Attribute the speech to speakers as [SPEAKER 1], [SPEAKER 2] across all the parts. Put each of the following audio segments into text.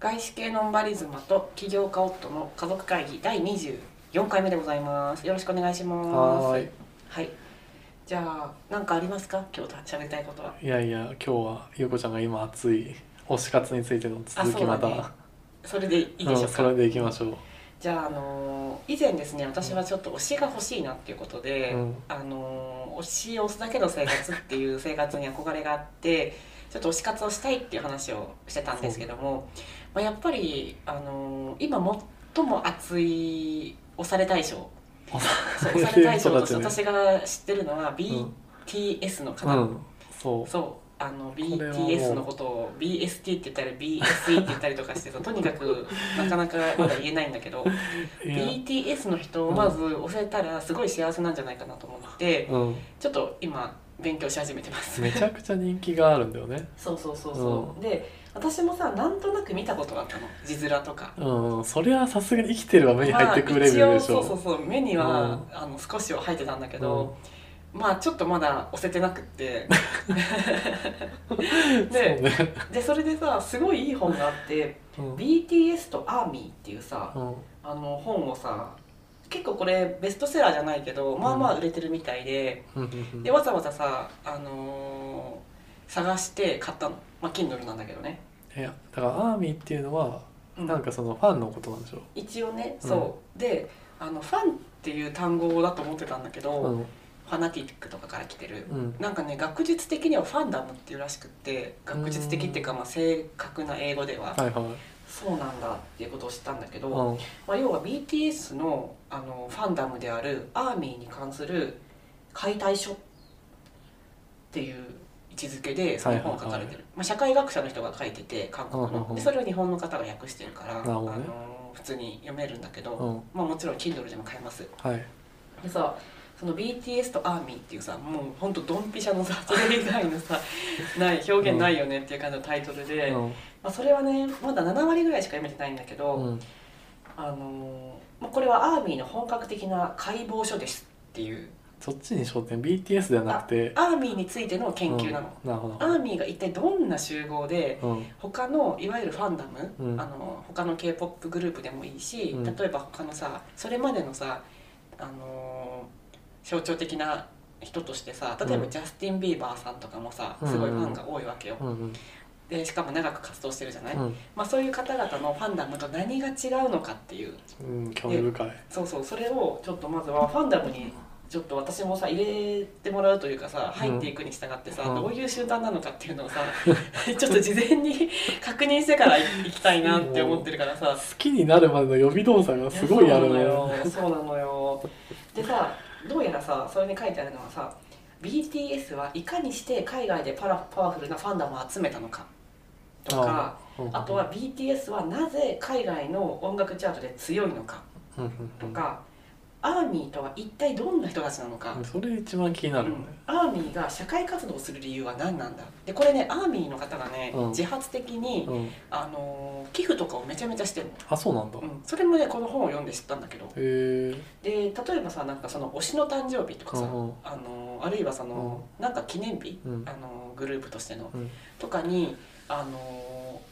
[SPEAKER 1] 外資系ノンバリズマと起業家夫の家族会議第24回目でございますよろしくお願いします
[SPEAKER 2] はーい
[SPEAKER 1] はいじゃあ何かありますか今日喋りたいことはい
[SPEAKER 2] やいや今日はゆうこちゃんが今熱い推し活についての続きまた
[SPEAKER 1] あそうだねそれでいいでしょ
[SPEAKER 2] う
[SPEAKER 1] うんか
[SPEAKER 2] それでいきましょう
[SPEAKER 1] じゃあ、あのー以前ですね私はちょっと推しが欲しいなっていうことで、
[SPEAKER 2] うん
[SPEAKER 1] あのー推しを推すだけの生活っていう生活に憧れがあってちょっと推し活をしたいっていう話をしてたんですけども、まあ、やっぱり、あのー今最も熱い推され大賞そう推され大賞として私が知ってるのは BTS の
[SPEAKER 2] う
[SPEAKER 1] 方、
[SPEAKER 2] んそう
[SPEAKER 1] そうあの
[SPEAKER 2] れはもう
[SPEAKER 1] BTS のことを BST って言ったり BSE って言ったりとかしてさとにかくなかなかまだ言えないんだけど。
[SPEAKER 2] いや
[SPEAKER 1] BTS の人をまず押せたらすごい幸せなんじゃないかなと思って、
[SPEAKER 2] うん
[SPEAKER 1] ちょっと今勉強し始めてます
[SPEAKER 2] めちゃくちゃ人気があるんだよね
[SPEAKER 1] そうそうそうそう、で私もさなんとなく見たことがあったの字面とか
[SPEAKER 2] うんそりゃさすがに生きてるは目に入ってくるレベル
[SPEAKER 1] まあ
[SPEAKER 2] で
[SPEAKER 1] 一応
[SPEAKER 2] し
[SPEAKER 1] そ
[SPEAKER 2] ょ
[SPEAKER 1] うそうそう目には、
[SPEAKER 2] う
[SPEAKER 1] あの少しは入ってたんだけど、まあちょっとまだ押せてなくって
[SPEAKER 2] うんそう
[SPEAKER 1] で
[SPEAKER 2] ね
[SPEAKER 1] でそれでさすごいいい本があって
[SPEAKER 2] うん
[SPEAKER 1] BTS と ARMY っていうさ
[SPEAKER 2] うん
[SPEAKER 1] あの本をさ結構これベストセラーじゃないけどまあまあ売れてるみたいで、
[SPEAKER 2] うんうん
[SPEAKER 1] でわざわざさ、あのー探して買ったの、まあ、Kindle なんだけどね、
[SPEAKER 2] いやだからアーミーっていうのは
[SPEAKER 1] うん
[SPEAKER 2] なんかそのファンのことなんでしょ
[SPEAKER 1] 一応ねそう、であのファンっていう単語だと思ってたんだけど、
[SPEAKER 2] ううん
[SPEAKER 1] ファナティックとかから来てる、
[SPEAKER 2] うん
[SPEAKER 1] なんかね学術的にはファンダムっていうらしくって学術的っていうかまあ正確な英語では、
[SPEAKER 2] はいは
[SPEAKER 1] そうなんだっていうことを知ったんだけど、
[SPEAKER 2] いうん
[SPEAKER 1] まあ、要は BTS のあのファンダムであるアーミーに関する解体書っていう位置づけでその本が書かれてる、
[SPEAKER 2] はいはい
[SPEAKER 1] まあ、社会学者の人が書いてて韓国
[SPEAKER 2] うんうん
[SPEAKER 1] の
[SPEAKER 2] うん
[SPEAKER 1] でそれを日本の方が訳してるから
[SPEAKER 2] なるほどね
[SPEAKER 1] あの普通に読めるんだけど、
[SPEAKER 2] うん
[SPEAKER 1] まあ、もちろん Kindle でも買えます
[SPEAKER 2] はい
[SPEAKER 1] でさその BTS とアーミーっていうさもうほんとドンピシャのさそれ以外の さない表現ないよねっていう感じのタイトルで、
[SPEAKER 2] う
[SPEAKER 1] ま
[SPEAKER 2] ん
[SPEAKER 1] あ、それはねまだ7割ぐらいしか読めてないんだけど、
[SPEAKER 2] うん
[SPEAKER 1] あのーまあ、これはアーミーの本格的な解剖書ですっていう
[SPEAKER 2] そっちに焦点 BTS ではなくて
[SPEAKER 1] アーミーについての研究なの、
[SPEAKER 2] うんなるほど
[SPEAKER 1] アーミーが一体どんな集合で
[SPEAKER 2] うん
[SPEAKER 1] 他のいわゆるファンダム、
[SPEAKER 2] うん
[SPEAKER 1] あの他の k p o p グループでもいいし、
[SPEAKER 2] うん
[SPEAKER 1] 例えば他のさそれまでのさ、あのー象徴的な人としてさ例えば
[SPEAKER 2] うん
[SPEAKER 1] ジャスティン・ビーバーさんとかもさ
[SPEAKER 2] うん
[SPEAKER 1] すごいファンが多いわけよ、
[SPEAKER 2] うんうん
[SPEAKER 1] でしかも長く活動してるじゃない、
[SPEAKER 2] うん
[SPEAKER 1] まあ、そういう方々のファンダムと何が違うのかっていう
[SPEAKER 2] うん、興味深い。
[SPEAKER 1] そうそうそれをちょっとまずはファンダムにちょっと私もさ入れてもらうというかさ
[SPEAKER 2] うん
[SPEAKER 1] 入っていくに従ってさ、
[SPEAKER 2] うん
[SPEAKER 1] どういう集団なのかっていうのをさ ちょっと事前に確認してから行きたいなって思ってるからさ
[SPEAKER 2] 好きになるまでの予備動作がすごいある
[SPEAKER 1] そ
[SPEAKER 2] ね。
[SPEAKER 1] うなのよそうなのよでさどうやらさそれに書いてあるのはさ BTS はいかにして海外でパラパワフルなファンダムを集めたのかとか
[SPEAKER 2] うん
[SPEAKER 1] あとは BTS はなぜ海外の音楽チャートで強いのか
[SPEAKER 2] うんうん
[SPEAKER 1] とか、アーミーとは一体どんな人たちなのか、
[SPEAKER 2] うんそれ一番気になるよね。
[SPEAKER 1] アーミーが社会活動をする理由は何なんだでこれねアーミーの方がね、
[SPEAKER 2] うん
[SPEAKER 1] 自発的に、
[SPEAKER 2] うん、
[SPEAKER 1] あのー寄付とかをめちゃめちゃしてるの、
[SPEAKER 2] あ、そうなんだ。
[SPEAKER 1] うん、それもねこの本を読んで知ったんだけど
[SPEAKER 2] へえ。
[SPEAKER 1] で例えばさなんかその推しの誕生日とかさ、
[SPEAKER 2] うんうん
[SPEAKER 1] あのーあるいはその、なんか記念日、
[SPEAKER 2] うん
[SPEAKER 1] あのーグループとしての、
[SPEAKER 2] うん
[SPEAKER 1] とかに、あのー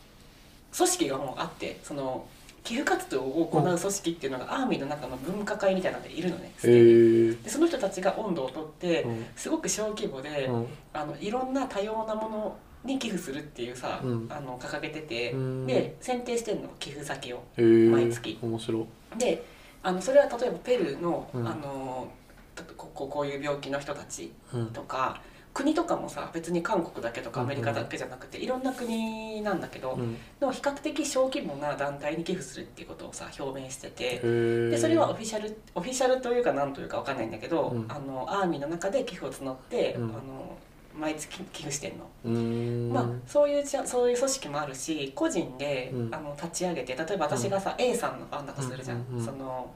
[SPEAKER 1] 組織がもうあってその寄付活動を行う組織っていうのが、アーミーの中の文化会みたいなのでいるのね、
[SPEAKER 2] へえ。
[SPEAKER 1] でその人たちが温度をとって、
[SPEAKER 2] うん
[SPEAKER 1] すごく小規模で、
[SPEAKER 2] うん
[SPEAKER 1] あのいろんな多様なものに寄付するっていうさ、
[SPEAKER 2] うん
[SPEAKER 1] あの掲げてて、
[SPEAKER 2] うん
[SPEAKER 1] で選定してんの寄付先を
[SPEAKER 2] へえ。
[SPEAKER 1] 毎月
[SPEAKER 2] 面白い。
[SPEAKER 1] であのそれは例えばペルーの,、
[SPEAKER 2] うん
[SPEAKER 1] あのたこここういう病気の人たち
[SPEAKER 2] うん。
[SPEAKER 1] とか国とかもさ別に韓国だけとか
[SPEAKER 2] う
[SPEAKER 1] ア
[SPEAKER 2] んう
[SPEAKER 1] メ
[SPEAKER 2] ん
[SPEAKER 1] リカだけじゃなくて、いろんな国なんだけど、
[SPEAKER 2] うん
[SPEAKER 1] の比較的小規模な団体に寄付するっていうことをさ表明してて。
[SPEAKER 2] へえ。
[SPEAKER 1] でそれはオフィシャルオフィシャルというかなんというかわかんないんだけど、
[SPEAKER 2] うん
[SPEAKER 1] あのアーミーの中で寄付を募って、
[SPEAKER 2] うん
[SPEAKER 1] あの毎月寄付してんの、
[SPEAKER 2] うーん。
[SPEAKER 1] まあ、そういうちゃそういう組織もあるし個人で、
[SPEAKER 2] うん
[SPEAKER 1] あの立ち上げて例えば私がさ、A さんのファンだとするじゃん、
[SPEAKER 2] うんうんうん
[SPEAKER 1] その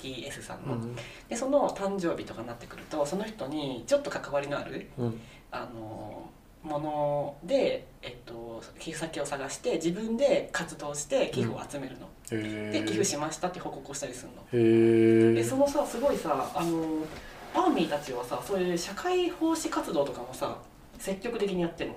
[SPEAKER 1] BTS さん
[SPEAKER 2] う
[SPEAKER 1] の。
[SPEAKER 2] ん。
[SPEAKER 1] でその誕生日とかになってくるとその人にちょっと関わりのある
[SPEAKER 2] うん。
[SPEAKER 1] あのもので、えっと、寄付先を探して自分で活動して寄付を集めるの、
[SPEAKER 2] へえ。
[SPEAKER 1] で寄付しましたって報告をしたりするの。
[SPEAKER 2] へ
[SPEAKER 1] で
[SPEAKER 2] え。
[SPEAKER 1] そのさすごいさあのアーミーたちはさそういう社会奉仕活動とかもさ積極的にやってるの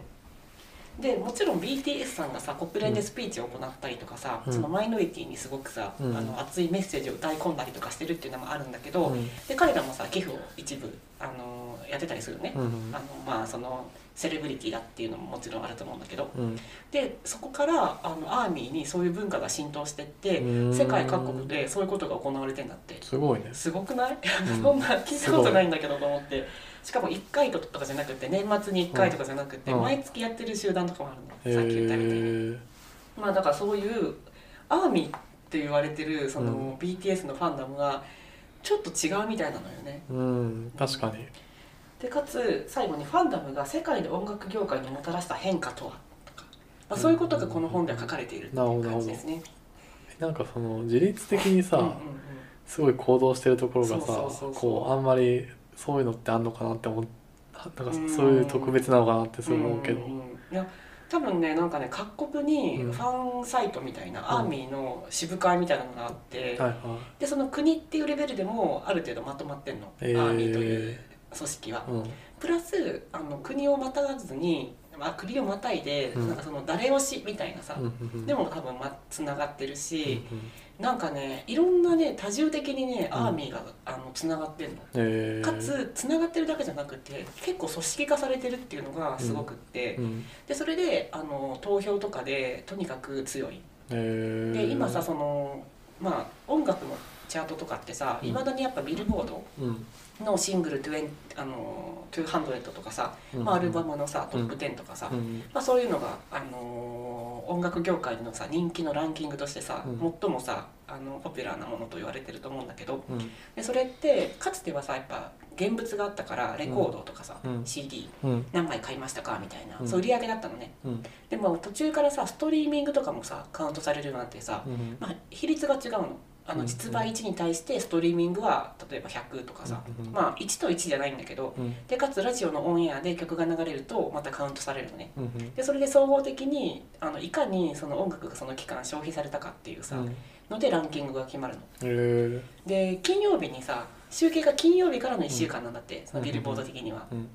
[SPEAKER 1] でもちろん BTS さんがさ国連でスピーチを行ったりとかさ、
[SPEAKER 2] うん
[SPEAKER 1] そのマイノリティにすごくさ、
[SPEAKER 2] うん
[SPEAKER 1] あの熱いメッセージを歌い込んだりとかしてるっていうのもあるんだけど、
[SPEAKER 2] うん
[SPEAKER 1] で彼らもさ寄付を一部あのやってたりするよね、
[SPEAKER 2] うん
[SPEAKER 1] あのまあそのセレブリティだっていうのももちろんあると思うんだけど
[SPEAKER 2] うん
[SPEAKER 1] でそこからあのアーミーにそういう文化が浸透してって
[SPEAKER 2] うん
[SPEAKER 1] 世界各国でそういうことが行われてんだって
[SPEAKER 2] すごいね
[SPEAKER 1] すごくない
[SPEAKER 2] うん
[SPEAKER 1] そんな聞いたことないんだけどと思ってしかも1回とかじゃなくて年末に1回とかじゃなくて
[SPEAKER 2] うん
[SPEAKER 1] 毎月やってる集団とかもあ
[SPEAKER 2] へ
[SPEAKER 1] るのさっき言ったみたいに。
[SPEAKER 2] え
[SPEAKER 1] まあだからそういうアーミーって言われてるその、
[SPEAKER 2] うん
[SPEAKER 1] BTS のファンダムがちょっと違うみたいなのよね
[SPEAKER 2] うん確かに
[SPEAKER 1] でかつ最後にファンダムが世界の音楽業界にもたらした変化とはとか、まあ、そういうことがこの本では書かれているっていう感じですね。
[SPEAKER 2] なんかその自律的にさ、
[SPEAKER 1] うんうんうん
[SPEAKER 2] すごい行動してるところがさ
[SPEAKER 1] そうそうそうそう
[SPEAKER 2] こうあんまりそういうのってあんのかなって思っなんか
[SPEAKER 1] うん
[SPEAKER 2] そういう特別なのかなってそう思うけど
[SPEAKER 1] んんんいや多分ねなんかね各国に
[SPEAKER 2] う
[SPEAKER 1] フ
[SPEAKER 2] ん
[SPEAKER 1] ァンサイトみたいな、
[SPEAKER 2] ん
[SPEAKER 1] アーミーの支部会みたいなのがあって、
[SPEAKER 2] はいはい
[SPEAKER 1] でその国っていうレベルでもある程度まとまってんの、
[SPEAKER 2] えー
[SPEAKER 1] アーミーという組織は。
[SPEAKER 2] うん
[SPEAKER 1] プラスあの国をまたがずに、まあ、国をまたいで、
[SPEAKER 2] うん
[SPEAKER 1] なんかその誰推しみたいなさ、
[SPEAKER 2] うんうんうん
[SPEAKER 1] でも多分まつながってるし、
[SPEAKER 2] うんうん
[SPEAKER 1] なんかねいろんなね多重的にね、
[SPEAKER 2] うん
[SPEAKER 1] アーミーがあのつながってるの。
[SPEAKER 2] えー
[SPEAKER 1] かつつながってるだけじゃなくて結構組織化されてるっていうのがすごくって、
[SPEAKER 2] うん
[SPEAKER 1] でそれであの投票とかでとにかく強い。
[SPEAKER 2] えー
[SPEAKER 1] で今さそのまあ音楽のチャートとかってさ
[SPEAKER 2] うん
[SPEAKER 1] いまだにやっぱビルボード
[SPEAKER 2] うん
[SPEAKER 1] のシングル20あの200とかさ
[SPEAKER 2] うん
[SPEAKER 1] まあ、アルバムのさト
[SPEAKER 2] うん
[SPEAKER 1] ップ10とかさ、
[SPEAKER 2] うん
[SPEAKER 1] まあ、そういうのが、あのー音楽業界のさ人気のランキングとしてさ、
[SPEAKER 2] うん
[SPEAKER 1] 最もさあのポピュラーなものと言われてると思うんだけど
[SPEAKER 2] うん
[SPEAKER 1] でそれってかつてはさやっぱ現物があったからレコードとかさ、
[SPEAKER 2] うん
[SPEAKER 1] CD
[SPEAKER 2] うん
[SPEAKER 1] 何枚買いましたかみたいな、
[SPEAKER 2] うん
[SPEAKER 1] そう売り上げだったのね
[SPEAKER 2] うん
[SPEAKER 1] でも途中からさストリーミングとかもさカウントされるようになってさ、
[SPEAKER 2] うん
[SPEAKER 1] まあ、比率が違うのあ
[SPEAKER 2] う
[SPEAKER 1] の
[SPEAKER 2] ん
[SPEAKER 1] 実売1に対してストリーミングは例えば100とかさ、
[SPEAKER 2] うん
[SPEAKER 1] まあ1と1じゃないんだけど
[SPEAKER 2] うん
[SPEAKER 1] でかつラジオのオンエアで曲が流れるとまたカウントされるのね
[SPEAKER 2] うんうん
[SPEAKER 1] でそれで総合的にあのいかにその音楽がその期間消費されたかっていうさ、
[SPEAKER 2] うん
[SPEAKER 1] のでランキングが決まるの
[SPEAKER 2] えー
[SPEAKER 1] で金曜日にさ集計が金曜日からの1週間なんだって、そのビルボード的には、
[SPEAKER 2] うん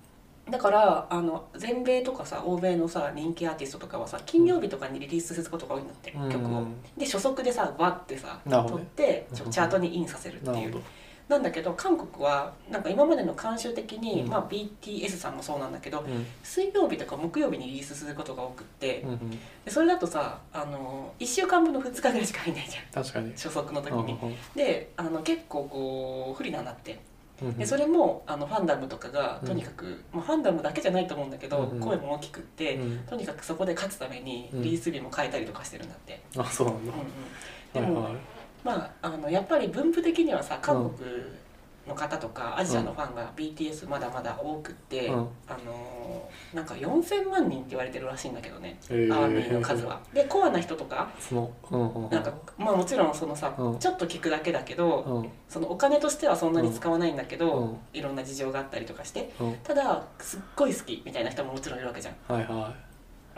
[SPEAKER 1] だからあの全米とかさ欧米のさ人気アーティストとかはさ金曜日とかにリリースすることが多いんだって、
[SPEAKER 2] うん
[SPEAKER 1] 曲をで初速でさバッてさ
[SPEAKER 2] なるほど
[SPEAKER 1] 取っ
[SPEAKER 2] ね
[SPEAKER 1] てち
[SPEAKER 2] う
[SPEAKER 1] ょ
[SPEAKER 2] んうん
[SPEAKER 1] チャートにインさせるって
[SPEAKER 2] なる
[SPEAKER 1] い
[SPEAKER 2] ほ
[SPEAKER 1] う
[SPEAKER 2] ど
[SPEAKER 1] なんだけど韓国はなんか今までの慣習的に、
[SPEAKER 2] うん
[SPEAKER 1] まあ、BTS さんもそうなんだけど
[SPEAKER 2] うん
[SPEAKER 1] 水曜日とか木曜日にリリースすることが多くって
[SPEAKER 2] うんうん
[SPEAKER 1] でそれだとさあの1週間分の2日ぐらいしか入んない じゃん
[SPEAKER 2] 確かに
[SPEAKER 1] 初速の時
[SPEAKER 2] うん
[SPEAKER 1] に。であの結構こう不利なんだって
[SPEAKER 2] うんうん
[SPEAKER 1] でそれもあのファンダムとかが
[SPEAKER 2] うん
[SPEAKER 1] とにかく、まあ、ファンダムだけじゃないと思うんだけど、
[SPEAKER 2] うん
[SPEAKER 1] 声も大きくって、
[SPEAKER 2] うん
[SPEAKER 1] とにかくそこで勝つために
[SPEAKER 2] うん
[SPEAKER 1] リリース日も変えたりとかしてるんだって。
[SPEAKER 2] あそうなん
[SPEAKER 1] う
[SPEAKER 2] だ
[SPEAKER 1] んうんでも、
[SPEAKER 2] はいはい
[SPEAKER 1] まあ、あのやっぱり分布的にはさ韓国の方とかアジアのファンが BTS まだまだ多くって、
[SPEAKER 2] うん
[SPEAKER 1] あのーなんか4,000万人って言われてるらしいんだけどね、
[SPEAKER 2] えー
[SPEAKER 1] アーミーの数は。でコアな人とか
[SPEAKER 2] そのうんうんうん
[SPEAKER 1] なんか、まあ、もちろんそのさ、
[SPEAKER 2] うん
[SPEAKER 1] ちょっと聞くだけだけど、
[SPEAKER 2] うん
[SPEAKER 1] そのお金としてはそんなに使わないんだけど、
[SPEAKER 2] うん
[SPEAKER 1] いろんな事情があったりとかして
[SPEAKER 2] うん
[SPEAKER 1] ただすっごい好きみたいな人ももちろんいるわけじゃん。
[SPEAKER 2] はいは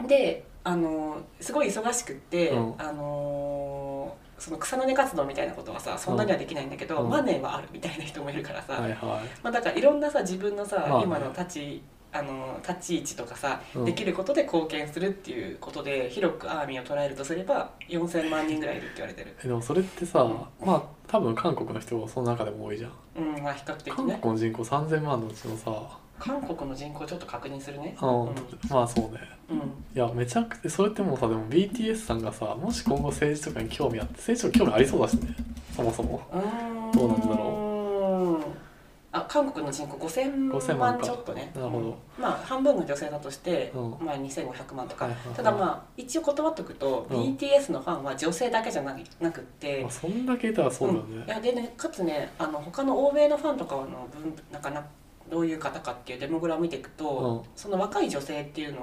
[SPEAKER 1] であのーすごい忙しくって、
[SPEAKER 2] うん
[SPEAKER 1] あのーその草の根活動みたいなことはさそんなにはできないんだけど、
[SPEAKER 2] うん
[SPEAKER 1] マネーはあるみたいな人もいるから
[SPEAKER 2] い
[SPEAKER 1] さ、
[SPEAKER 2] はいは
[SPEAKER 1] まあ、だからいろんなさ自分のさ、
[SPEAKER 2] まあね
[SPEAKER 1] 今の立ちあの立ち位置とかさ、
[SPEAKER 2] うん
[SPEAKER 1] できることで貢献するっていうことで広くアーミーを捉えるとすれば4,000万人ぐらいいるって言われてる、
[SPEAKER 2] いでもそれってさまあ多分韓国の人はその中でも多いじゃん
[SPEAKER 1] うんまあ、比較的
[SPEAKER 2] 韓
[SPEAKER 1] ね
[SPEAKER 2] 国の人口3000万のうちのさ
[SPEAKER 1] 韓国の人口ちょっと確認するね
[SPEAKER 2] あのまあそうね
[SPEAKER 1] うん、
[SPEAKER 2] いやめちゃくちゃそれってもうさでも BTS さんがさもし今後政治とかに興味あって政治とか興味ありそうだしねそもそも
[SPEAKER 1] うーん
[SPEAKER 2] どうなんだ
[SPEAKER 1] あ韓国の人口
[SPEAKER 2] 5000
[SPEAKER 1] 5,000
[SPEAKER 2] 万
[SPEAKER 1] 万
[SPEAKER 2] か
[SPEAKER 1] ちょっとね
[SPEAKER 2] なるほど
[SPEAKER 1] うんまあ半分が女性だとして、
[SPEAKER 2] う
[SPEAKER 1] まあ、2,500万とか、
[SPEAKER 2] はいはいはい
[SPEAKER 1] ただまあ一応断っとくと、
[SPEAKER 2] うん
[SPEAKER 1] BTS のファンは女性だけじゃななくって、
[SPEAKER 2] まあそんだけいたらそうだよ
[SPEAKER 1] ん、い
[SPEAKER 2] ね
[SPEAKER 1] やでねかつねあの他の欧米のファンとかの分なんかなどういう方かっていうデモグラを見ていくと、
[SPEAKER 2] うん
[SPEAKER 1] その若い女性っていうの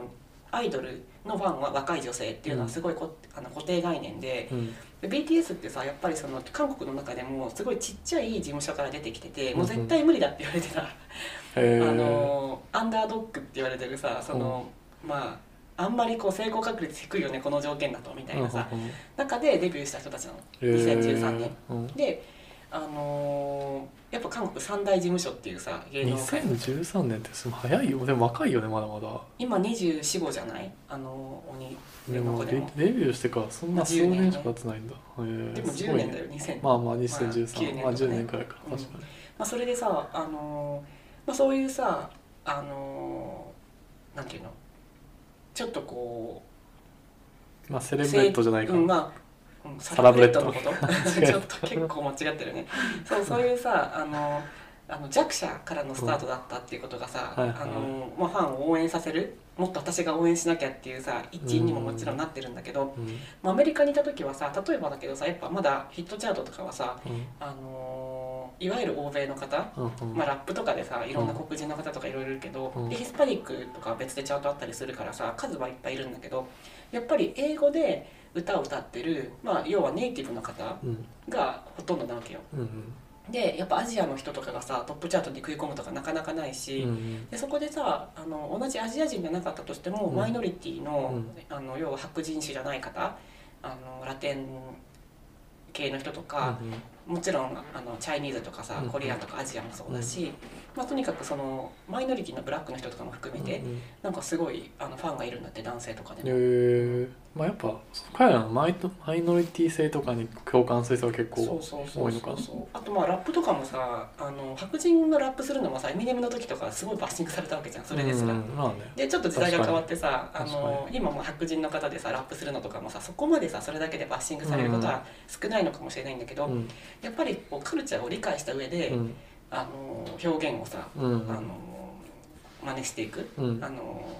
[SPEAKER 1] アイドルのファンは若い女性っていうのはすごいこ、あの固定概念で
[SPEAKER 2] うん
[SPEAKER 1] で BTS ってさやっぱりその韓国の中でもすごいちっちゃい事務所から出てきてて、もう絶対無理だって言われてた、
[SPEAKER 2] へえ
[SPEAKER 1] あのアンダードッグって言われてるさその、まああんまりこう成功確率低いよねこの条件だとみたいなさ、中でデビューした人たちなの2013年。であのーやっぱ韓国三大事務所っていうさ芸能界
[SPEAKER 2] 2013年ってその早いよでも若いよねまだまだ
[SPEAKER 1] 今245じゃないあの鬼
[SPEAKER 2] でも
[SPEAKER 1] ここで
[SPEAKER 2] デ
[SPEAKER 1] も
[SPEAKER 2] デビューしてからそんな数
[SPEAKER 1] 10
[SPEAKER 2] 年
[SPEAKER 1] 年
[SPEAKER 2] しか経ってないんだ、へえ
[SPEAKER 1] でも
[SPEAKER 2] す
[SPEAKER 1] 10
[SPEAKER 2] ごい
[SPEAKER 1] 年だ
[SPEAKER 2] ね
[SPEAKER 1] よ2000、ま
[SPEAKER 2] まあまあ2013、ま
[SPEAKER 1] ま
[SPEAKER 2] あ
[SPEAKER 1] あ
[SPEAKER 2] 10
[SPEAKER 1] 10
[SPEAKER 2] 年
[SPEAKER 1] 年
[SPEAKER 2] くらいか、
[SPEAKER 1] うん
[SPEAKER 2] 確かに
[SPEAKER 1] あ、それでさ、あのーまあ、そういうさ、あのーなんていうのちょっとこう
[SPEAKER 2] まあセレブレットじゃないか
[SPEAKER 1] う
[SPEAKER 2] ら、
[SPEAKER 1] んまあうん
[SPEAKER 2] サラブレッド
[SPEAKER 1] のこと
[SPEAKER 2] 違え
[SPEAKER 1] ちょっと結構間違ってるねそうそういうさあのあの弱者からのスタートだったっていうことがさ、
[SPEAKER 2] はいはい
[SPEAKER 1] あのまあ、ファンを応援させるもっと私が応援しなきゃっていうさ一員にももちろんなってるんだけど、
[SPEAKER 2] うん
[SPEAKER 1] まあ、アメリカにいた時はさ例えばだけどさやっぱまだヒットチャートとかはさ、
[SPEAKER 2] うん
[SPEAKER 1] あのいわゆる欧米の方
[SPEAKER 2] うんうん
[SPEAKER 1] まあ、ラップとかでさいろんな黒人の方とかいろいろいるけど、
[SPEAKER 2] うん
[SPEAKER 1] でヒスパニックとかは別でチャートあったりするからさ数はいっぱいいるんだけどやっぱり英語で歌を歌ってる、まあ、要はネイティブの方
[SPEAKER 2] うん
[SPEAKER 1] がほとんどなわけよ
[SPEAKER 2] うんうん
[SPEAKER 1] でやっぱアジアの人とかがさトップチャートに食い込むとかなかなかないし、
[SPEAKER 2] うん
[SPEAKER 1] でそこでさあの同じアジア人じゃなかったとしても、
[SPEAKER 2] うん
[SPEAKER 1] マイノリティの,、
[SPEAKER 2] うん
[SPEAKER 1] あの要は白人種じゃない方あのラテン系の人とか、
[SPEAKER 2] うんうん
[SPEAKER 1] もちろんあのチャイニーズとかさ
[SPEAKER 2] うん
[SPEAKER 1] コリアンとかアジアもそうだし、まあ、とにかくそのマイノリティのブラックの人とかも含めて、
[SPEAKER 2] うんうん
[SPEAKER 1] なんかすごいあのファンがいるんだって男性とかで
[SPEAKER 2] へ
[SPEAKER 1] も。
[SPEAKER 2] えまあやっぱ彼らのマイトマイノリティ性とかに共感する人が結
[SPEAKER 1] そ
[SPEAKER 2] 構
[SPEAKER 1] うそうそうそ
[SPEAKER 2] 多いの
[SPEAKER 1] う
[SPEAKER 2] か
[SPEAKER 1] そうあとまあラップとかもさあの白人のラップするのもさエミネムの時とかすごいバッシングされたわけじゃんそれですら、
[SPEAKER 2] うんまあね
[SPEAKER 1] でちょっと時代が変わってさあ
[SPEAKER 2] 確かに
[SPEAKER 1] の今も白人の方でさラップするのとかもさそこまでさそれだけでバッシングされることは少ないのかもしれないんだけど、
[SPEAKER 2] うん
[SPEAKER 1] やっぱりこうカルチャーを理解した上で、
[SPEAKER 2] うん
[SPEAKER 1] あの表現をさ
[SPEAKER 2] うんうん
[SPEAKER 1] あの真似していく、
[SPEAKER 2] うん
[SPEAKER 1] あの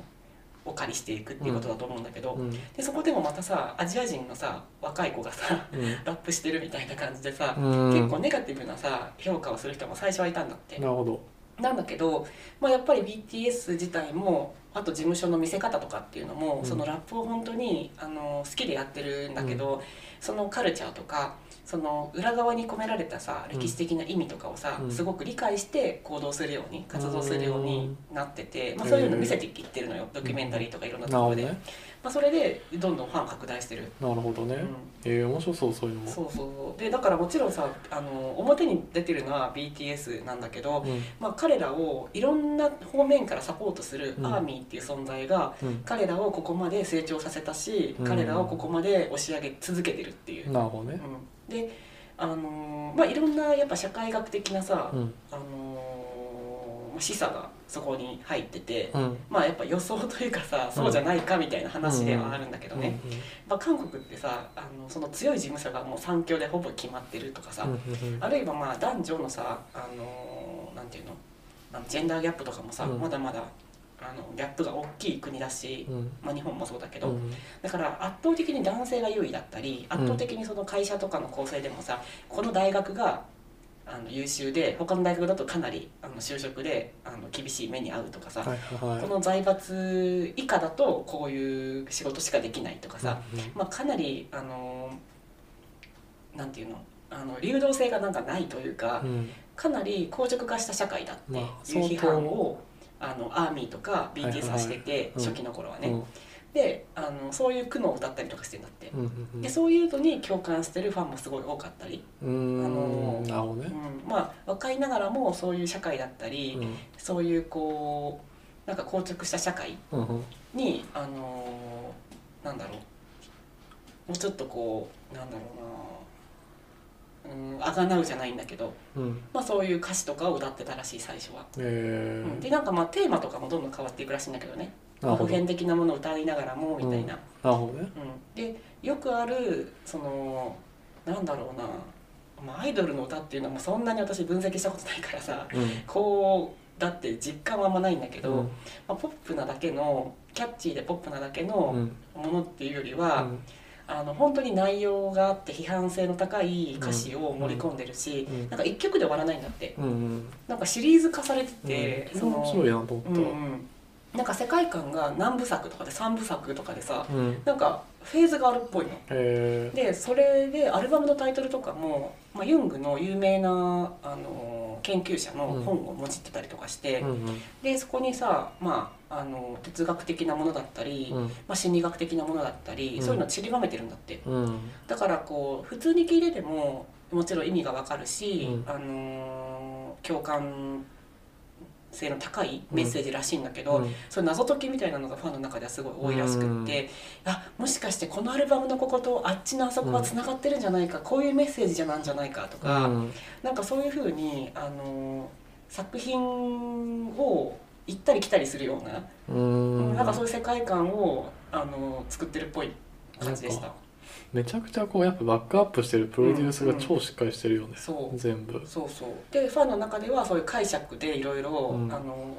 [SPEAKER 1] お借りしていくっていうことだと思うんだけど、
[SPEAKER 2] うん
[SPEAKER 1] でそこでもまたさアジア人のさ若い子がさ
[SPEAKER 2] うん
[SPEAKER 1] ラップしてるみたいな感じでさ、
[SPEAKER 2] うん
[SPEAKER 1] 結構ネガティブなさ評価をする人も最初はいたんだって
[SPEAKER 2] なるほど
[SPEAKER 1] なんだけど、まあ、やっぱり BTS 自体もあと事務所の見せ方とかっていうのも、
[SPEAKER 2] うん
[SPEAKER 1] そのラップを本当にあの好きでやってるんだけど、そのカルチャーとかその裏側に込められたさ
[SPEAKER 2] うん
[SPEAKER 1] 歴史的な意味とかをさ、
[SPEAKER 2] うん
[SPEAKER 1] すごく理解して行動するように活動するようになってて、まあ、
[SPEAKER 2] へー
[SPEAKER 1] そういうの見せていってるのよドキュメンタリーとかいろんな
[SPEAKER 2] な
[SPEAKER 1] とこ
[SPEAKER 2] るほ
[SPEAKER 1] ろ
[SPEAKER 2] ど
[SPEAKER 1] で、
[SPEAKER 2] ね
[SPEAKER 1] まあ、それでどんどんファン拡大してる。
[SPEAKER 2] なるほどね、
[SPEAKER 1] うん
[SPEAKER 2] えー面白そうそういうのも
[SPEAKER 1] そうそうそうでだからもちろんさあの表に出てるのは BTS なんだけど、
[SPEAKER 2] うん
[SPEAKER 1] まあ、彼らをいろんな方面からサポートする
[SPEAKER 2] うん
[SPEAKER 1] アーミーっていう存在が、
[SPEAKER 2] うん
[SPEAKER 1] 彼らをここまで成長させたし、
[SPEAKER 2] うん
[SPEAKER 1] 彼らをここまで押し上げ続けてるっていう。
[SPEAKER 2] なるほどね
[SPEAKER 1] うんで、あのーまあ、いろんなやっぱ社会学的なさ、
[SPEAKER 2] うん
[SPEAKER 1] あのーまあ示唆がそこに入ってて、
[SPEAKER 2] うん
[SPEAKER 1] まあ、やっぱ予想というかさそうじゃないかみたいな話ではあるんだけどね、まあ、韓国ってさあのその強い事務所がもう3強でほぼ決まってるとかさ、
[SPEAKER 2] うんうんうん
[SPEAKER 1] あるいはまあ男女のさ、あのーなんていうのあのジェンダーギャップとかもさ、
[SPEAKER 2] うん
[SPEAKER 1] まだまだあのギャップが大きい国だし、
[SPEAKER 2] うん
[SPEAKER 1] まあ、日本もそうだけ
[SPEAKER 2] う
[SPEAKER 1] ど、
[SPEAKER 2] ん
[SPEAKER 1] だから圧倒的に男性が優位だったり圧倒的にその会社とかの構成でもさこの大学があの優秀で他の大学だとかなりあの就職であの厳しい目に遭うとかさ、
[SPEAKER 2] はいはい
[SPEAKER 1] こ
[SPEAKER 2] は
[SPEAKER 1] の財閥以下だとこういう仕事しかできないとか
[SPEAKER 2] い
[SPEAKER 1] さ、まあ、かなりあのなんていうのあの流動性がなんかないというか、
[SPEAKER 2] うんうん
[SPEAKER 1] かなり硬直化した社会だってい
[SPEAKER 2] ま
[SPEAKER 1] う
[SPEAKER 2] あ
[SPEAKER 1] 批判を、あ、のアーミーとか
[SPEAKER 2] いはい
[SPEAKER 1] BTS はしてて、
[SPEAKER 2] うん
[SPEAKER 1] 初期の頃はね、
[SPEAKER 2] うん
[SPEAKER 1] であのそういう苦悩を歌ったりとかしてんだって、
[SPEAKER 2] うんうん
[SPEAKER 1] でそういうのに共感してるファンもすごい多かったり、
[SPEAKER 2] うん
[SPEAKER 1] あの
[SPEAKER 2] なるほど
[SPEAKER 1] う
[SPEAKER 2] ね
[SPEAKER 1] ん、まあ若いながらもそういう社会だったり、
[SPEAKER 2] うん
[SPEAKER 1] そういうこうなんか硬直した社会
[SPEAKER 2] うんうん
[SPEAKER 1] にあのーなんだろうもうちょっとこうなんだろうなうんあがなうじゃないんだけど、
[SPEAKER 2] うん
[SPEAKER 1] まあ、そういう歌詞とかを歌ってたらしい最初は、
[SPEAKER 2] え
[SPEAKER 1] うん
[SPEAKER 2] ー
[SPEAKER 1] でなんかまあテーマとかもどんどん変わっていくらしいんだけどね
[SPEAKER 2] なるほ
[SPEAKER 1] 普
[SPEAKER 2] ど
[SPEAKER 1] 遍
[SPEAKER 2] な
[SPEAKER 1] 的なものを歌いながらもみたいな、
[SPEAKER 2] るほどね
[SPEAKER 1] うんでよくあるそのなんだろうな、まあ、アイドルの歌っていうのもそんなに私分析したことないからさ
[SPEAKER 2] うん
[SPEAKER 1] こうだって実感はあんまないんだけど、
[SPEAKER 2] うん
[SPEAKER 1] まあ、ポップなだけのキャッチーでポップなだけの
[SPEAKER 2] うん
[SPEAKER 1] ものっていうよりは、あの本当に内容があって批判性の高い歌詞を盛り込んでるし、
[SPEAKER 2] うん
[SPEAKER 1] なんか一曲で終わらないんだって
[SPEAKER 2] うんうん
[SPEAKER 1] なんかシリーズ化されてて、
[SPEAKER 2] うんそれ面白いなと思
[SPEAKER 1] う
[SPEAKER 2] っ
[SPEAKER 1] ん
[SPEAKER 2] た
[SPEAKER 1] うん、なんか世界観が何部作とかで3部作とかでさ
[SPEAKER 2] うんへ
[SPEAKER 1] なんかフェーズがあるっぽいの。
[SPEAKER 2] え
[SPEAKER 1] でそれでアルバムのタイトルとかも、まあ、ユングの有名なあの研究者の本をもじってたりとかして、
[SPEAKER 2] うんうん
[SPEAKER 1] でそこにさ、まあ、あの哲学的なものだったり、
[SPEAKER 2] うん
[SPEAKER 1] まあ、心理学的なものだったり、
[SPEAKER 2] うん
[SPEAKER 1] そういうのを散りばめてるんだって
[SPEAKER 2] うん
[SPEAKER 1] だからこう普通に聞いててももちろん意味がわかるし、
[SPEAKER 2] うん
[SPEAKER 1] あのー共感性の高いメッセージらしいんだけど、
[SPEAKER 2] うん
[SPEAKER 1] そういう謎解きみたいなのがファンの中ではすごい多いらしくって、あもしかしてこのアルバムのこことあっちのあそこはつながってるんじゃないか、こういうメッセージじゃなんじゃないかとか、
[SPEAKER 2] うん
[SPEAKER 1] なんかそういうふうに、あのー作品を行ったり来たりするような、
[SPEAKER 2] うん
[SPEAKER 1] なんかそういう世界観を、あのー作ってるっぽい感じでし
[SPEAKER 2] な
[SPEAKER 1] た。
[SPEAKER 2] めちゃくちゃこうやっぱバックアップしてるプロデュースが超しっかりしてるよね、
[SPEAKER 1] そう
[SPEAKER 2] 全部
[SPEAKER 1] そうそうでファンの中ではそういう解釈でいろいろ
[SPEAKER 2] うん
[SPEAKER 1] あの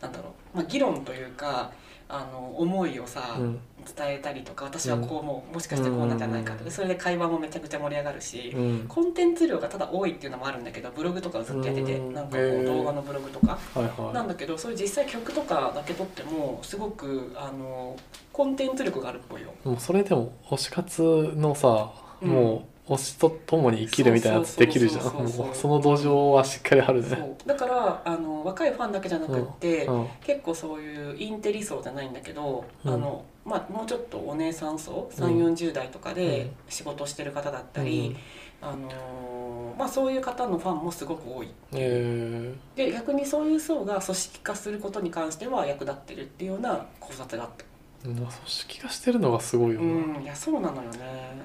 [SPEAKER 1] なんだろう、まあ、議論というかあの思いをさ、
[SPEAKER 2] うん
[SPEAKER 1] 伝えたりとか私はこうもうもしかしてこうなんじゃないかと
[SPEAKER 2] う
[SPEAKER 1] か
[SPEAKER 2] ん
[SPEAKER 1] それで会話もめちゃくちゃ盛り上がるし、
[SPEAKER 2] うん
[SPEAKER 1] コンテンツ量がただ多いっていうのもあるんだけどブログとかをずっとやってて、
[SPEAKER 2] うん
[SPEAKER 1] なんかこ
[SPEAKER 2] へ
[SPEAKER 1] う
[SPEAKER 2] ー
[SPEAKER 1] 動画のブログとか、
[SPEAKER 2] はいはい
[SPEAKER 1] なんだけどそれ実際曲とかだけ撮ってもすごくあのコンテンツ力があるっぽいよ。
[SPEAKER 2] もうそれでも推し活のさ、
[SPEAKER 1] うん
[SPEAKER 2] もう推しと共に生きるみたいなやつできるじゃん
[SPEAKER 1] そうそうそうそう
[SPEAKER 2] もうその土壌はしっかりある
[SPEAKER 1] そ
[SPEAKER 2] ね
[SPEAKER 1] うだからあの若いファンだけじゃなくって、
[SPEAKER 2] うん
[SPEAKER 1] 結構そういうインテリ層じゃないんだけど、
[SPEAKER 2] うん
[SPEAKER 1] あのまあ、もうちょっとお姉さん層3
[SPEAKER 2] うん
[SPEAKER 1] 4 0代とかで仕事してる方だったり、あのーまあ、そういう方のファンもすごく多い
[SPEAKER 2] うんえ
[SPEAKER 1] で逆にそういう層が組織化することに関しては役立ってるっていうような考察があった、
[SPEAKER 2] ー組織化してるのがすごいよ
[SPEAKER 1] う
[SPEAKER 2] な、い
[SPEAKER 1] んいやそうなのよね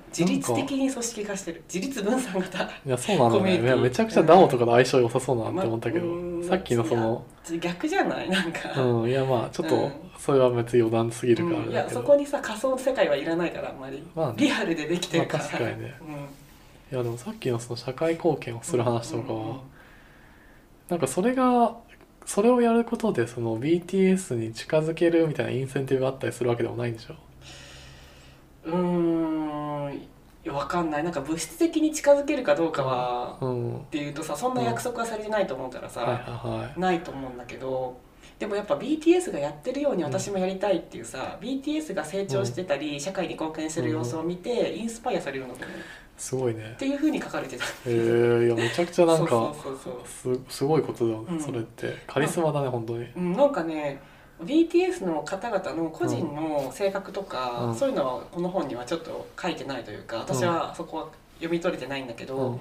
[SPEAKER 1] 自律的に組織化してる自律分散型
[SPEAKER 2] やそうなの
[SPEAKER 1] コミュニ
[SPEAKER 2] ねい
[SPEAKER 1] ティ
[SPEAKER 2] やめちゃくちゃダオとかと相性良さそうだなって思ったけど、
[SPEAKER 1] まうん
[SPEAKER 2] さっきのその
[SPEAKER 1] 逆じゃないなん か、
[SPEAKER 2] うんいやまあちょっ
[SPEAKER 1] う
[SPEAKER 2] と
[SPEAKER 1] ん
[SPEAKER 2] それは別に余談すぎるからあ
[SPEAKER 1] うん
[SPEAKER 2] れ
[SPEAKER 1] い
[SPEAKER 2] だ
[SPEAKER 1] や
[SPEAKER 2] け
[SPEAKER 1] そ
[SPEAKER 2] ど、
[SPEAKER 1] こにさ仮想の世界はいらないからあんまり、
[SPEAKER 2] まあね
[SPEAKER 1] リアルでできてるから、
[SPEAKER 2] まあ確かにね
[SPEAKER 1] うん
[SPEAKER 2] いやでもさっきのその社会貢献をする話とかは、
[SPEAKER 1] うんうんうん
[SPEAKER 2] なんかそれがそれをやることでその BTS に近づけるみたいなインセンティブがあったりするわけでもないんでしょ
[SPEAKER 1] うーんいやわかんないなんか物質的に近づけるかどうかは、っ
[SPEAKER 2] うんは
[SPEAKER 1] ていうとさそんな約束はされてないと思うから
[SPEAKER 2] い
[SPEAKER 1] さ、
[SPEAKER 2] はいはい
[SPEAKER 1] ないと思うんだけどでもやっぱ BTS がやってるように私もやりたいっていうさ、BTS が成長してたり、社会に貢献してる様子を見て、インスパイアされるのかなっ
[SPEAKER 2] すごいね
[SPEAKER 1] ていうふうに書かれてた
[SPEAKER 2] えー、いやめちゃくちゃなんか
[SPEAKER 1] そうそうそう
[SPEAKER 2] すすごいことだよね、
[SPEAKER 1] うん
[SPEAKER 2] それってカリスマだね本当に
[SPEAKER 1] そう、うん、なんかね BTS の方々の個人の性格とか、
[SPEAKER 2] うん
[SPEAKER 1] そういうのはこの本にはちょっと書いてないというか私はそこは読み取れてないんだけど、
[SPEAKER 2] うん、はい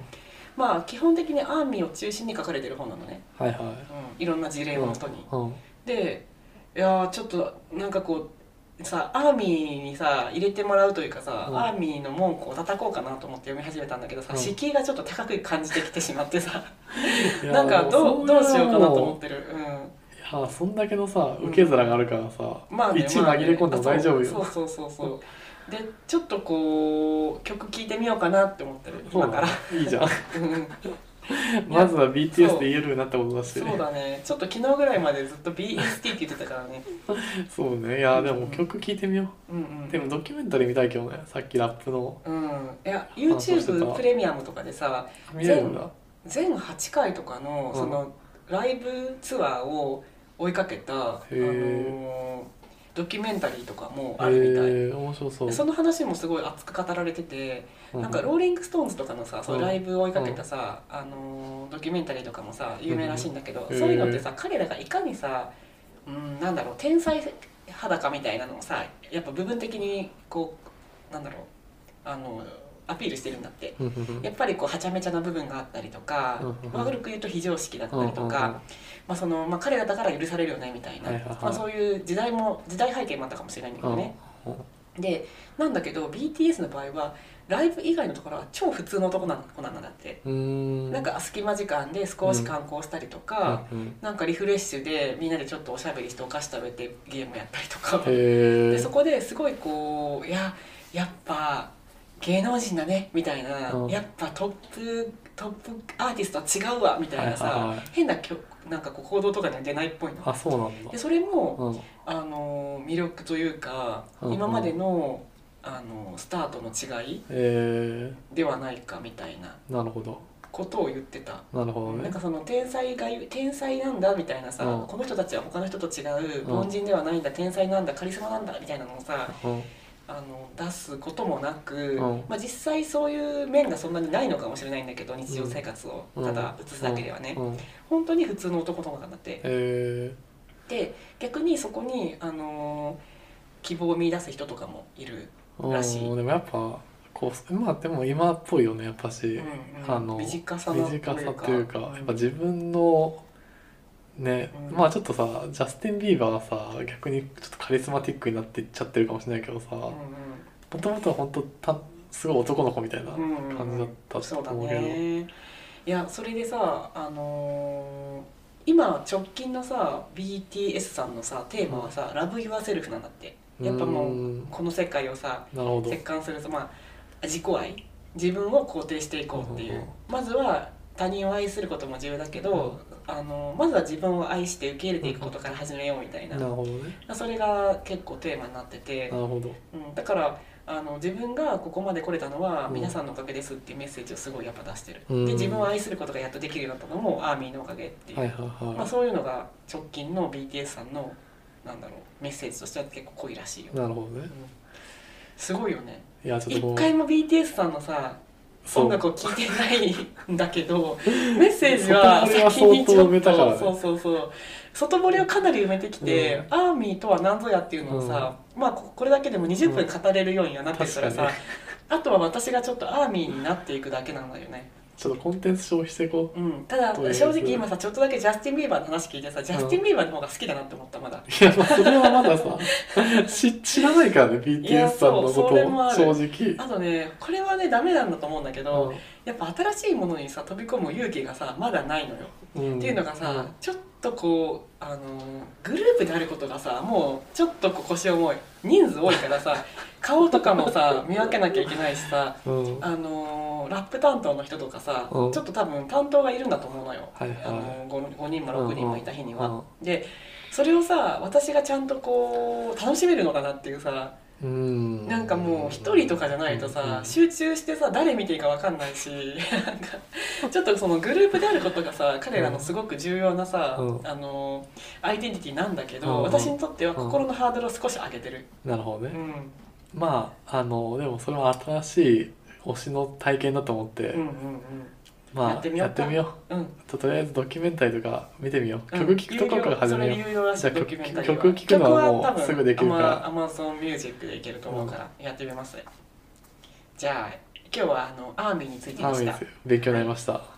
[SPEAKER 1] まあ基本的にアーミーを中心に書かれてる本なのね、
[SPEAKER 2] はい
[SPEAKER 1] いろんな事例をもとに。
[SPEAKER 2] うん
[SPEAKER 1] でいやーちょっとなんかこうさアーミーにさ入れてもらうというかさ、
[SPEAKER 2] うん
[SPEAKER 1] アーミーの文句を叩こうかなと思って読み始めたんだけどさ、
[SPEAKER 2] うん
[SPEAKER 1] 敷居がちょっと高く感じてきてしまってさ
[SPEAKER 2] いや
[SPEAKER 1] なんかど
[SPEAKER 2] も
[SPEAKER 1] う
[SPEAKER 2] それ
[SPEAKER 1] ど
[SPEAKER 2] は
[SPEAKER 1] うしようかなと思
[SPEAKER 2] も
[SPEAKER 1] ってる、う
[SPEAKER 2] ういやそんだけのさ受け皿があるからさ、
[SPEAKER 1] ん、まあね
[SPEAKER 2] 一部
[SPEAKER 1] まあ
[SPEAKER 2] 投
[SPEAKER 1] ね
[SPEAKER 2] げれ込んでも大丈夫
[SPEAKER 1] あそ
[SPEAKER 2] よ、
[SPEAKER 1] うそうそうそうそうでちょっとこう曲聴いてみようかなって思ってる
[SPEAKER 2] そう
[SPEAKER 1] 今から
[SPEAKER 2] だ、いいじゃん
[SPEAKER 1] うん
[SPEAKER 2] まずは
[SPEAKER 1] そ
[SPEAKER 2] BTS
[SPEAKER 1] う
[SPEAKER 2] で言えるようになったことだし
[SPEAKER 1] そうだねちょっと昨日ぐらいまでずっと BST って言ってたからね
[SPEAKER 2] そうねいやでも曲聴いてみよう
[SPEAKER 1] うんうん
[SPEAKER 2] でもドキュメンタリー見たいけどねさっきラップの
[SPEAKER 1] うんいや
[SPEAKER 2] あそうしてた
[SPEAKER 1] YouTube プレミアムとかでさ
[SPEAKER 2] 見れるんだ
[SPEAKER 1] 全8回とかの
[SPEAKER 2] うん
[SPEAKER 1] そのライブツアーを追いかけた、あの
[SPEAKER 2] ー
[SPEAKER 1] ードキュメンタリーとかも
[SPEAKER 2] え
[SPEAKER 1] あるみたい、
[SPEAKER 2] ー、面白そう
[SPEAKER 1] でその話もすごい熱く語られてて、
[SPEAKER 2] う
[SPEAKER 1] なんかローリング・ストーンズとかのさそういうライブを追いかけたさ、あのードキュメンタリーとかもさ有名らしいんだけど、
[SPEAKER 2] うん
[SPEAKER 1] そういうのってさ彼らがいかにさ、うん、なんだろう天才裸みたいなのをさやっぱ部分的にこうなんだろうあのアピールしてるんだって。
[SPEAKER 2] うんうんうん
[SPEAKER 1] やっぱりこうはちゃめちゃな部分があったりとか、
[SPEAKER 2] うん
[SPEAKER 1] まあ悪く言うと非常識だった
[SPEAKER 2] うん
[SPEAKER 1] りとか、まあそのまあ、彼らだから許されるよねみたいな、
[SPEAKER 2] はいはいはい
[SPEAKER 1] まあ、そういう時代も時代背景もあったかもしれないんだけ
[SPEAKER 2] うんう
[SPEAKER 1] ど
[SPEAKER 2] ん
[SPEAKER 1] ね、でなんだけど BTS の場合はライブ以外のところは超普通の男な子なんだって、
[SPEAKER 2] うん
[SPEAKER 1] なんか隙間時間で少し観光したりとか、
[SPEAKER 2] うんうん
[SPEAKER 1] なんかリフレッシュでみんなでちょっとおしゃべりしてお菓子食べてゲームやったりとか、
[SPEAKER 2] へ
[SPEAKER 1] で
[SPEAKER 2] え
[SPEAKER 1] そこですごいこういややっぱ芸能人だねみたいな、
[SPEAKER 2] うん
[SPEAKER 1] やっぱトップトップアーティストは違うわみたいなさ、
[SPEAKER 2] はいはいはい
[SPEAKER 1] 変なきょなんかこう行動とかには出ないっぽいの。
[SPEAKER 2] あそうなんだ
[SPEAKER 1] でそれも、
[SPEAKER 2] うん
[SPEAKER 1] あの魅力というか、
[SPEAKER 2] うんうん
[SPEAKER 1] 今までのあのスタートの違い
[SPEAKER 2] え
[SPEAKER 1] ではないかみたいな
[SPEAKER 2] ー、なるほど
[SPEAKER 1] ことを言ってた、
[SPEAKER 2] なるほど
[SPEAKER 1] な
[SPEAKER 2] ね
[SPEAKER 1] んかその天才が言う天才なんだみたいなさ、
[SPEAKER 2] うん
[SPEAKER 1] この人たちは他の人と違う
[SPEAKER 2] うん
[SPEAKER 1] 凡人ではないんだ天才なんだカリスマなんだみたいなのをさ
[SPEAKER 2] うん
[SPEAKER 1] あの出すこともなく、
[SPEAKER 2] うん
[SPEAKER 1] まあ、実際そういう面がそんなにないのかもしれないんだけど日常生活を
[SPEAKER 2] うん
[SPEAKER 1] ただ映すだけではね、
[SPEAKER 2] うんうん
[SPEAKER 1] 本当に普通の男の子なんだって。
[SPEAKER 2] え
[SPEAKER 1] で逆にそこに、あのー希望を見出す人とかもいる
[SPEAKER 2] ー、うん
[SPEAKER 1] らしい
[SPEAKER 2] でもやっぱ構まあでも今っぽいよねやっぱし、
[SPEAKER 1] うんうん
[SPEAKER 2] あの
[SPEAKER 1] 身近さの
[SPEAKER 2] 短さというかやっぱ自分のね、
[SPEAKER 1] うん
[SPEAKER 2] まあちょっとさジャスティン・ビーバーはさ逆にちょっとカリスマティックになっていっちゃってるかもしれないけどさ
[SPEAKER 1] うん
[SPEAKER 2] もともとは本当たすごい男の子みたいな
[SPEAKER 1] うんうんうん
[SPEAKER 2] 感じだったと
[SPEAKER 1] そうだ
[SPEAKER 2] 思うけど、
[SPEAKER 1] ねいやそれでさあのー今直近のさ BTS さんのさテーマはさ「ラブ・ユア・セルフ」なんだってやっぱもう
[SPEAKER 2] ーん
[SPEAKER 1] この世界をさ
[SPEAKER 2] なるほど
[SPEAKER 1] 折感するとまあ自己愛自分を肯定していこうっていう、
[SPEAKER 2] うんうんうん
[SPEAKER 1] まずは他人を愛することも重要だけど、あのまずは自分を愛して受け入れていくことから始めようみたいな、
[SPEAKER 2] なるほどね
[SPEAKER 1] それが結構テーマになってて
[SPEAKER 2] な、るほど
[SPEAKER 1] うん、だからあの自分がここまで来れたのは
[SPEAKER 2] うん
[SPEAKER 1] 皆さんのおかげですっていうメッセージをすごいやっぱ出してる、
[SPEAKER 2] うん
[SPEAKER 1] で自分を愛することがやっとできるようになったのもアーミーのおかげっていう、
[SPEAKER 2] はいはいはい、
[SPEAKER 1] まあ、そういうのが直近の BTS さんのなんだろうメッセージとしては結構濃いらしいよ、
[SPEAKER 2] なるほどね
[SPEAKER 1] すごいよね
[SPEAKER 2] いやちょっと
[SPEAKER 1] 一
[SPEAKER 2] もう
[SPEAKER 1] 回も BTS さんのさ
[SPEAKER 2] そう
[SPEAKER 1] 音楽を聴いてないんだけ どメッセージ
[SPEAKER 2] 外
[SPEAKER 1] は
[SPEAKER 2] 堀は
[SPEAKER 1] 先にち
[SPEAKER 2] 相当
[SPEAKER 1] ょ
[SPEAKER 2] 埋
[SPEAKER 1] っ
[SPEAKER 2] めたからね
[SPEAKER 1] とそうそうそう外堀をかなり埋めてきて、アーミーとは何ぞやっていうのをさ、まあここれだけでも20分語れるようにはなってるからさ、
[SPEAKER 2] うん確
[SPEAKER 1] あとは私がちょっとアーミーになっていくだけなんだよね、
[SPEAKER 2] ちょっとコンテンツ消費していこ
[SPEAKER 1] うん、ただ
[SPEAKER 2] とりあえず
[SPEAKER 1] 正直今さちょっとだけジャスティン・ビーバーの話聞いてさジャスティン・ビーバーの方が好きだなって思ったまだ
[SPEAKER 2] ういやまあそれはまださ 知知らないからね BTS さんのこ
[SPEAKER 1] そう
[SPEAKER 2] と
[SPEAKER 1] それも
[SPEAKER 2] を
[SPEAKER 1] ある
[SPEAKER 2] 正直
[SPEAKER 1] あとねこれはねダメなんだと思うんだけど、
[SPEAKER 2] っ
[SPEAKER 1] やっぱ新しいものにさ飛び込む勇気がさまだないのよ
[SPEAKER 2] て
[SPEAKER 1] っていうのがさ、ちょっとこうあのグループであることがさもうちょっとこう腰重い人数多いから さ顔とかもさ見分けなきゃいけないしさ
[SPEAKER 2] うん、うん
[SPEAKER 1] あのラップ担当の人とかさ、
[SPEAKER 2] うん
[SPEAKER 1] ちょっと多分担当がいるんだと思うのよ、
[SPEAKER 2] はいはい
[SPEAKER 1] あの 5, 人も6人もいた日には。
[SPEAKER 2] うんうん
[SPEAKER 1] でそれをさ私がちゃんとこう楽しめるのかなっていうさ
[SPEAKER 2] うん
[SPEAKER 1] なんかもう一人とかじゃないとさ、集中してさ誰見ていいかわかんないし なんかちょっとそのグループであることがさ彼らのすごく重要なさ、
[SPEAKER 2] うん
[SPEAKER 1] あのアイデンティティなんだけど、
[SPEAKER 2] うん
[SPEAKER 1] 私にとっては心のハードルを少し上げてる、
[SPEAKER 2] なるほど
[SPEAKER 1] う
[SPEAKER 2] ね、
[SPEAKER 1] ん
[SPEAKER 2] まああのでもそれは新しい推しの体験だと思って、
[SPEAKER 1] うんうん
[SPEAKER 2] まあ
[SPEAKER 1] やってみようか
[SPEAKER 2] よ
[SPEAKER 1] うんうん
[SPEAKER 2] うちょっととりあえずドキュメンタリーとか見てみよう、
[SPEAKER 1] うん
[SPEAKER 2] 曲聴くとこから始めよ
[SPEAKER 1] 有料そ
[SPEAKER 2] う
[SPEAKER 1] れ有料らしい
[SPEAKER 2] じゃあ
[SPEAKER 1] ド
[SPEAKER 2] 曲
[SPEAKER 1] キュメ
[SPEAKER 2] 聴く
[SPEAKER 1] ンタリーは
[SPEAKER 2] 曲聴くの
[SPEAKER 1] 曲
[SPEAKER 2] は
[SPEAKER 1] は多
[SPEAKER 2] もう
[SPEAKER 1] 分
[SPEAKER 2] すぐできるから
[SPEAKER 1] アマゾンミュージックでいけると思うから、やってみますじゃあ今日はあのアーミーについてで
[SPEAKER 2] あ
[SPEAKER 1] し
[SPEAKER 2] いいで
[SPEAKER 1] た
[SPEAKER 2] すよ勉強になりました、